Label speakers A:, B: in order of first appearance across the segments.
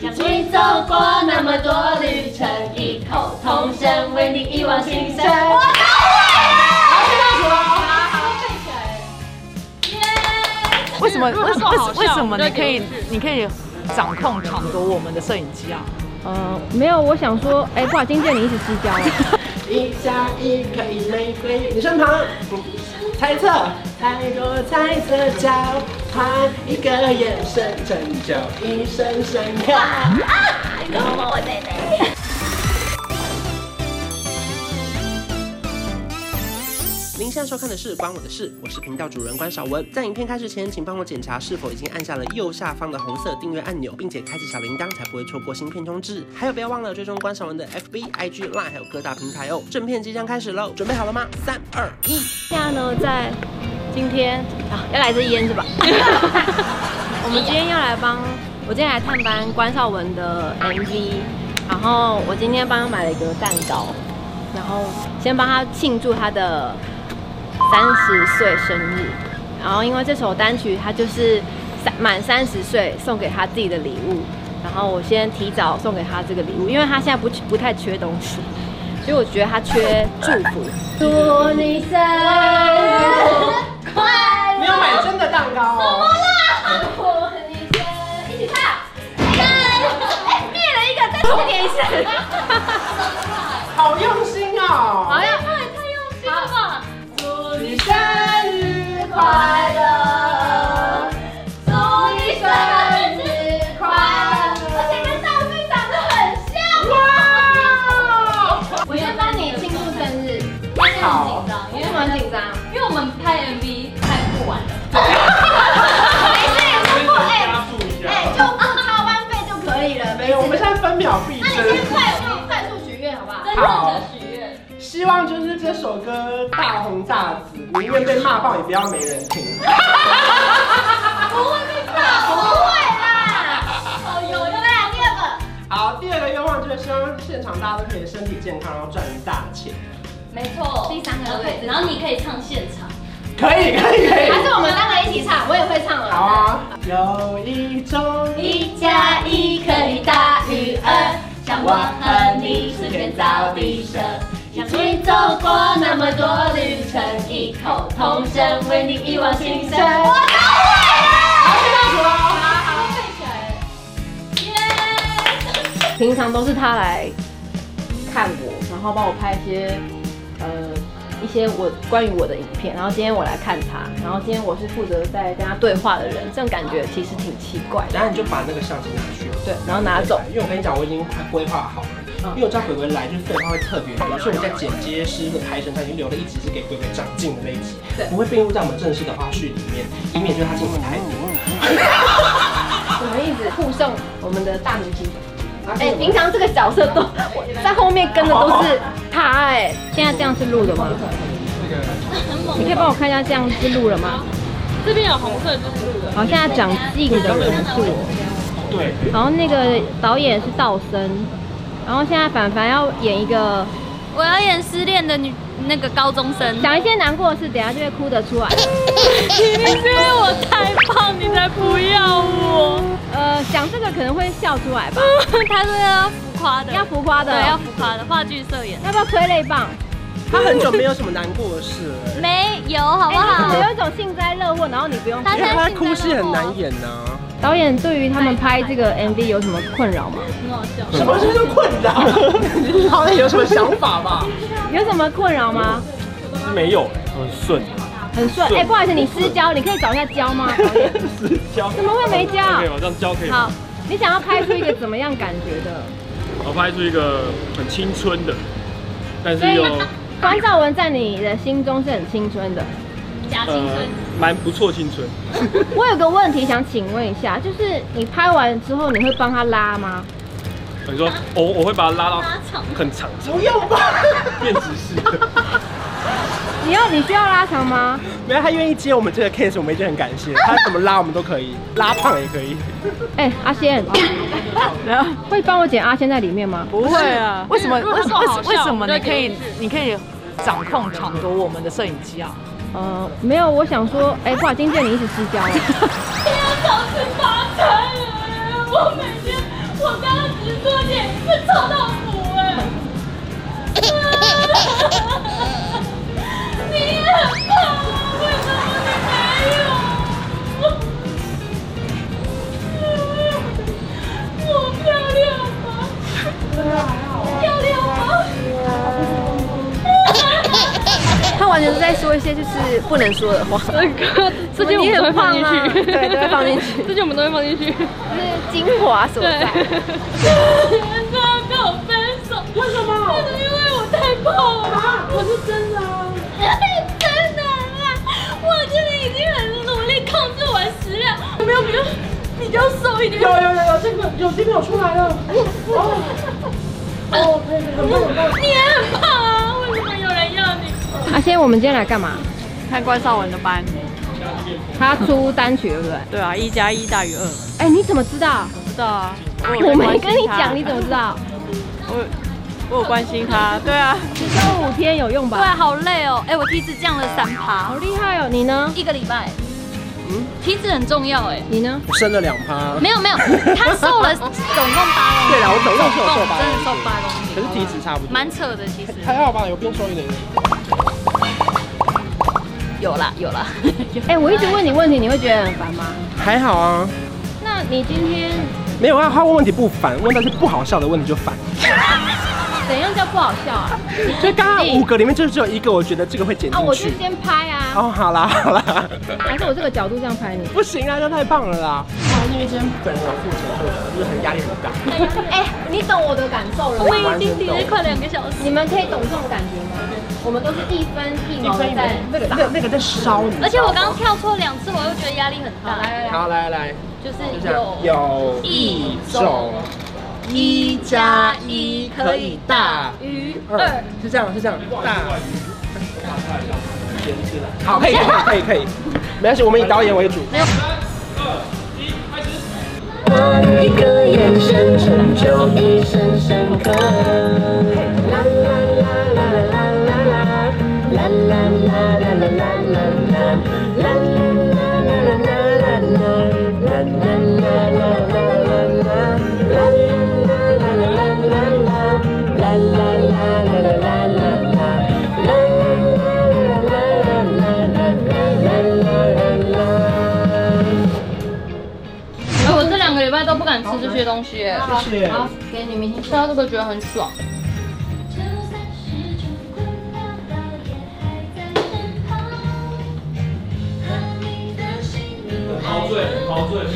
A: 一起走过那么多旅程，异口同声为你一往情深。我都会了，好，现
B: 为什么？
C: 如果
B: 为什
C: 够好
B: 么？
C: 笑
B: 为什么
C: 我们就
B: 你可以
C: 留着，
B: 你可以掌控抢夺我们的摄影机啊？
D: 呃，没有，我想说，哎、不小心对你一直失焦了。
E: 一加一可以玫瑰，你身旁。猜测，太多猜测交换，一个眼神成就一生深刻。您现在收看的是《关我的事》，我是频道主人关少文。在影片开始前，请帮我检查是否已经按下了右下方的红色订阅按钮，并且开启小铃铛，才不会错过新片通知。还有，不要忘了追踪关少文的 FB、IG、Line，还有各大平台哦。正片即将开始喽，准备好了吗？三、二、一。
D: 现在呢，在今天啊，要来支烟是吧？ 我们今天要来帮，我今天来探班关少文的 MV，然后我今天帮他买了一个蛋糕，然后先帮他庆祝他的三十岁生日，然后因为这首单曲他就是三满三十岁送给他自己的礼物，然后我先提早送给他这个礼物，因为他现在不不太缺东西，所以我觉得他缺祝福。祝你生日
A: 在快
E: 没有买真的蛋糕哦。
A: 乐，你先一起唱。哎，灭了一个，但是点神。
E: 好用心哦！
A: 好呀，太太用心了吧。
E: 祝你生日
A: 快乐，祝你生日快乐！而且跟大飞长得很像哇！我先帮你庆祝生日，我也很紧张，因为我们
D: 紧张，
A: 因为我们拍 MV 拍不完 没事，就不哎哎就不超班费就可以了。
E: 没哎有，我们现在分秒必
A: 那你先
E: 争。
A: 快快速许愿好不好？真
E: 好
A: 许愿。
E: 希望就是这首歌大红大紫，宁愿被骂爆也不要没人听。
A: 不会被爆，不会啦。哦，有了，第二个。
E: 好，第二个愿望就是希望现场大家都可以身体健康，然后赚大钱。
A: 没错，
D: 第三个
A: 然后可以
D: 位置
A: 然后你可以唱现场，
E: 可以，可以，可以
D: 还。是我们三个一起唱，我也会唱了。
E: 好啊。有一种
A: 一加一可以大于二，像我和你是天造地设，一起走过那么多旅程，异口同声为你一往情深。我都会了，好，好，背起来，耶！
D: 平常都是他来看我，然后帮我拍一些呃一些我关于我的影片，然后今天我来看他，然后今天我是负责在跟他对话的人，这种感觉其实挺奇怪的。
E: 然后你就把那个相机拿嗯去，
D: 对，然后拿走。
E: 因为我跟你讲，我已经快规划好了。因为我知道鬼鬼来，就是废话会特别多，所以我在剪接师的排程上已经留了一集是给鬼鬼长进的那一集，不会并入在我们正式的花絮里面，以免就是他进行太
D: 我们一直护送我们的大明星。哎、
E: 多。
D: 平常这个角色都我在后面跟的都是他哎、现在这样是录的吗？你可以帮我看一下这样是录了吗？
C: 这边有红色就是路的，
D: 好，现在长进的人是我。
E: 对，
D: 然后那个导演是道生，然后现在凡凡要演一个
F: 我要演失恋的女那个高中生。
D: 讲一些难过的事，等一下就会哭得出来。
F: 你是因为我太胖，你才不要我。
D: 呃，讲这个可能会笑出 来吧，
F: 他是要浮夸的，
D: 要浮夸的，哦
F: 对，要浮夸的，话剧社演。
D: 要不要推泪棒？
E: 他很久没有什么难过的事了，
F: 没有，好不
D: 哎你怎
F: 好？
D: 么有一种幸灾乐祸，然后你不用哭。
F: 大
E: 因为
F: 家
E: 他哭戏很难演呐、
D: 导演对于他们拍这个 MV 有什么困扰吗？
E: 什么是困扰？你 好歹有什么想法吧？
D: 有什么困扰吗？
G: 没有，很顺，
D: 很顺。哎、不好意思，你失焦，你可以找一下焦 吗？导演
G: 是交
D: 怎么会没焦？
G: 可以吗？这样交可以吗？
D: 好，你想要拍出一个怎么样感觉 的？
G: 我拍出一个很青春的，但是又
D: 关照文在你的心中是很青春 的。
F: 假青
G: 呃
F: 春。
G: 蛮不错青春。
D: 我有个问题想请问一下，就是你拍完之后，你会帮他拉 吗？
G: 你说我我会把它拉到
F: 啊拉长
G: 很长，
E: 不用 吧？
G: 变直视的。
D: 你要你需要拉长吗？
E: 没有，他愿意接我们这个 case，我们已经很感谢。他怎么拉我们都可以，拉胖也可以。
D: 哎、阿仙，会帮我剪阿仙在里面吗？
B: 不会啊！为什么？
C: 如果
B: 为什
C: 够好
B: 么？
C: 笑
B: 为什么
C: 我们
B: 你
C: 就
B: 可以
C: 留着？
B: 你可以掌控抢夺我们的摄影机啊？
D: 呃，没有，我想说，哎、不好今 天你一直失焦了。
A: 不要早死发财！我每天我都
D: 说一些就是不能说的话，
C: 这个这些我们都会放进
D: 你
C: 去，
D: 也胖啊对都会放 进去
C: 这些我们都会放进去。
D: 就是精华所
C: 对
D: 在。，
C: 不要跟我分手，为什么？就是因为我太胖了，我是真的啊。
A: 哎真的啦，我真的已经很努力控制我的食量，有没有比较比较瘦一点？有有有有， 这个有这个有出来了。哦，可以，很棒很棒。你也很胖啊，为什么有人要你？
D: 而且啊我们今天来干嘛？
B: 看关少文的班，
D: 他出单曲对不对？
B: 对啊，一加一大于二，
D: 哎，你怎么知道？
B: 不知道啊， 我有
D: 我
B: 在
D: 没
B: 关
D: 跟你
B: 心他
D: 讲，你怎么知道？
B: 我有我有关心他，对啊，
D: 只休五天有用
A: 对
D: 吧？
A: 啊，好累哦。哎，我体脂降了三趴
D: 好，厉害哦！你呢？
A: 一个礼拜。体脂很重要哎。
D: 你呢？
E: 我升了两趴。
A: 没有没有，他瘦了总共八公斤。
E: 对啦，我总共是有瘦
A: 瘦
E: 吧，
A: 真的瘦八公斤，
E: 可是体脂差不多。
A: 蛮扯的其实。
E: 还好吧，有变瘦一点。
A: 有啦有啦，
D: 哎，我一直问你问题，你会觉得很烦吗？
E: 还好啊，
D: 那你今天
E: 没有啊，他问问题不烦，问到是不好笑的问题就烦。
D: 怎样叫不好笑啊？
E: 所以刚刚五个里面就只有一个，我觉得这个会剪
D: 啊，
E: 进
D: 我就
E: 去。
D: 先拍啊，
E: 哦，好啦好啦，
D: 还是我这个角度这样拍你？
E: 不行啊，这样太胖了啦。因为今天本人有复诊，就是很压力很大。
D: 哎，你懂我的感受了
A: 我
D: 吗？
A: 们已经抵了快两个小时。
D: 你们可以懂这种感觉吗？我们都是一分一毛的在
E: 那个那个那个在烧你。
A: 而且我刚刚跳错两次，我又觉得压力很大。
E: 好，来来，
A: 就是
E: 就这样。
A: 有
E: 有一种
A: 一加一
E: 可以大
A: 于二
E: 二，，是这样是这样大。好， 可以可以可以可以，没关系，我们以导演为主。
C: 哎，我这两个礼拜都不敢吃这些东西耶，
E: 谢谢。
D: 好，给你明天
C: 吃到这个觉得很爽。
H: 就算时钟滚到老，也还在身旁。和你的心如海，嗯陶醉的收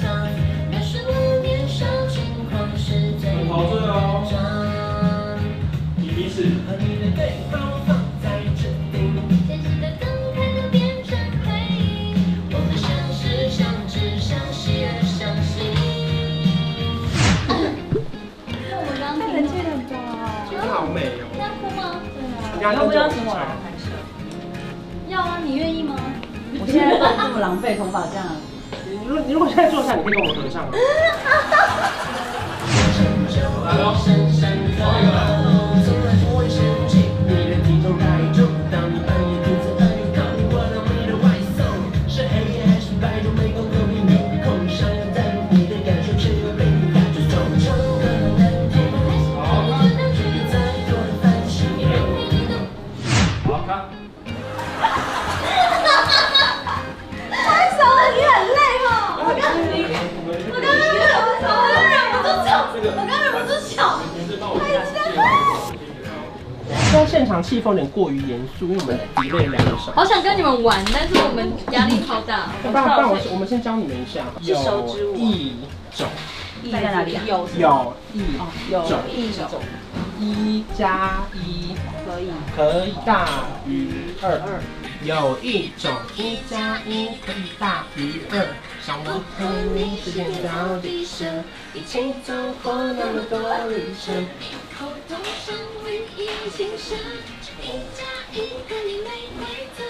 H: 藏。那是我年少轻狂时最嚣张。和啊你的对方放在指定，现实的分开都变成回忆。我们相识、相知、相惜而相惜。
E: 好美哦！
H: 要哭吗？
E: 你刚刚就请我
A: 要啊，你愿意吗？
I: 我现在这么狼狈，头发这样，
E: 你如果你如果现在坐下，你可以跟我合唱吗？虽然现场气氛有点过于严肃，因为我们 delay 两个小时。
A: 好想跟你们玩，但是我们压力超大。
E: 那不然不然我我们先教你们一下，有一种，
I: 在哪里？
B: 啊
I: 有
E: 有一
I: 有
E: 种，
I: 一种
E: 一加一
I: 可以，
E: 可以大于二。有一种一加一可以大于二，想我和你之间到底是一起走过那么多旅程。
H: 口头上唯一情深，一加一和你没规则。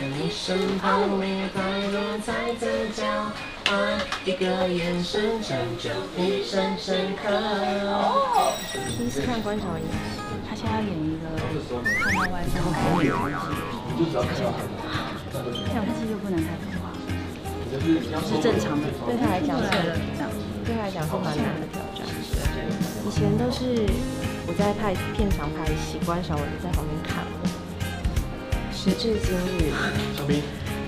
E: 在你身旁，没有快乐在嘴角，爱一个眼神成就一生深刻。
B: 第一次看关少文，
I: 他现在要演一个看到外面相机又不能开始画，是正常的，对他来讲是这样。
B: 对他来讲是蛮难的挑战。以前都是我在拍片场拍戏，关少文在旁边看我。时至今日，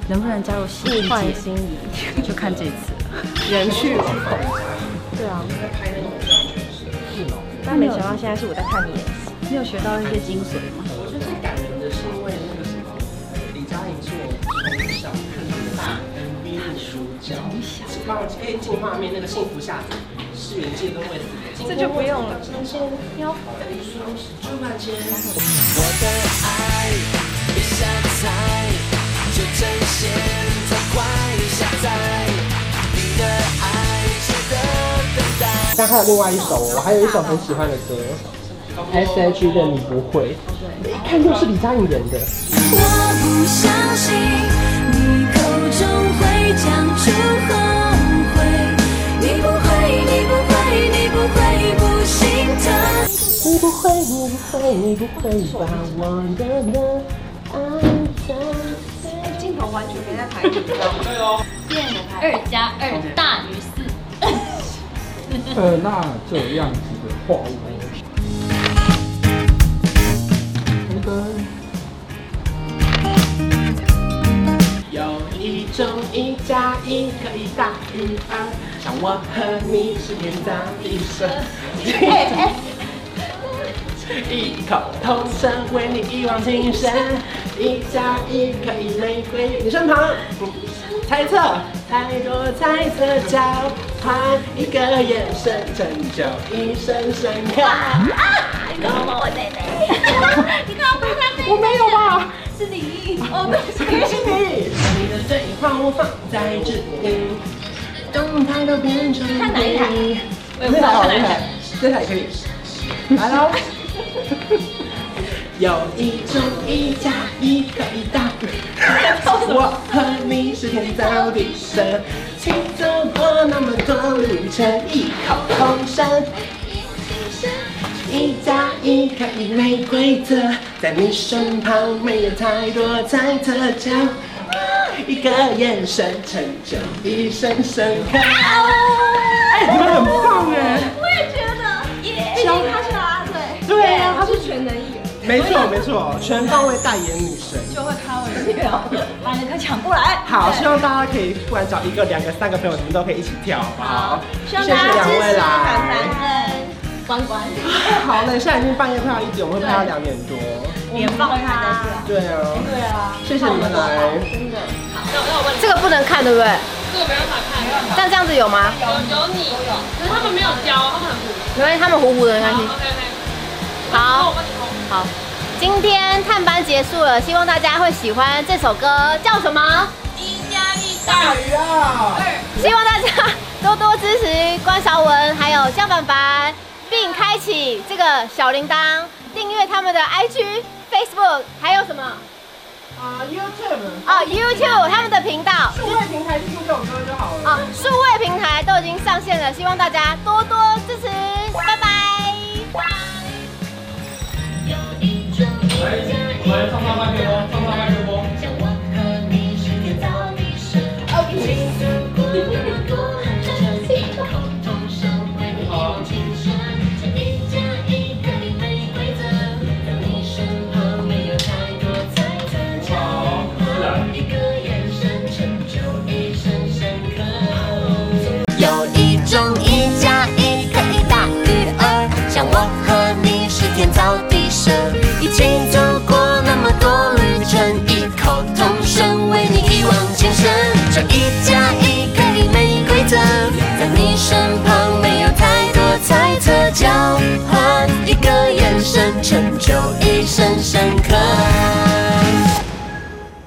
I: 能不能加入戏
B: 物换星移，
I: 就看这次了。
B: 人去楼空。对啊。但没想到现在是我在看你演戏，
I: 你有学到一些精髓吗？
E: 最感人的是因为那个什么，帮我哎进画面那个幸福下载，世元界都会死的。今天
J: 这就不用了
E: 我今天要带你说出版前。
K: 我的爱，别下载，就趁现在快下载。你的爱值得等待。
E: 但还有另外一首，我还有一首很喜欢的歌，S H E 的你不会，一看就是李佳颖演的。
H: 我不相信你口中会讲出后悔，你不会，你不会，你不会不心疼。
E: 你不会，你不会，你不会把我的爱
J: 镜头完全没在拍，你知道吗？
F: 变二加二大于四。
L: 呃，那这样子的话，我
E: 红灯。有一种一加一可以大于二，像我和你是天造地设，异口同声为你一往情深，一加一可以玫瑰你身旁。猜测，太多猜测交换，一个眼神成就一生深刻。
F: 你干嘛摸我奶奶？你干嘛摸他妹？我没有吧？是你，哦，对不起。
E: 恭喜你，你的对话模仿在嗯指定，动态都变成
F: 看哪一台
E: 你。
F: 我也不知道看哪一台
E: 台，这台可以。来喽。有一种一加一可以大于二，我和你是天造地设，请走过那么多旅程，异口同声。一加一可以没规则，在你身旁没有太多猜测，就一个眼神成就一生深刻。哎，你们很棒哎！
F: 我也觉得，耶！
E: 教
F: 他是阿对，
E: 对啊
F: 他是全能艺人，
E: 没错没错，全方位代言女神。
F: 就会 cover 这个，把人家抢过来。
E: 好，
F: 对
E: 希望大家可以不管找一个、两个、三个朋友，你们都可以一起跳，好不好？
F: 希望大家
E: 谢谢两
F: 支
E: 位
F: 持韩
E: 来。
F: 寒跟关关。
E: 好嘞，现在已经半夜快要一点，我会拍到两点多。
F: 连爆他！
E: 对啊，
F: 对啊，
E: 谢谢你们来。
D: 真的。这个不能看，对不对？
C: 这个没办法看，没办法。
D: 但这样子有吗？
C: 有有你，可是他们没有教，他们很糊。
D: 没关系，他们糊糊的没关
C: 好
D: 系。
C: ，OK OK。
D: 好，好，今天探班结束了，希望大家会喜欢这首歌，叫什么？
F: 一加一大啊于二。
D: 希望大家多多支持关韶文还有江凡凡，并开启这个小铃铛，订阅他们的 IG、Facebook，还有什么？
E: 啊，YouTube
D: 哦，YouTube 他们的频道。
E: 数位平台去听这首歌就好了。
D: 啊，数位平台都已经上线了，希望大家多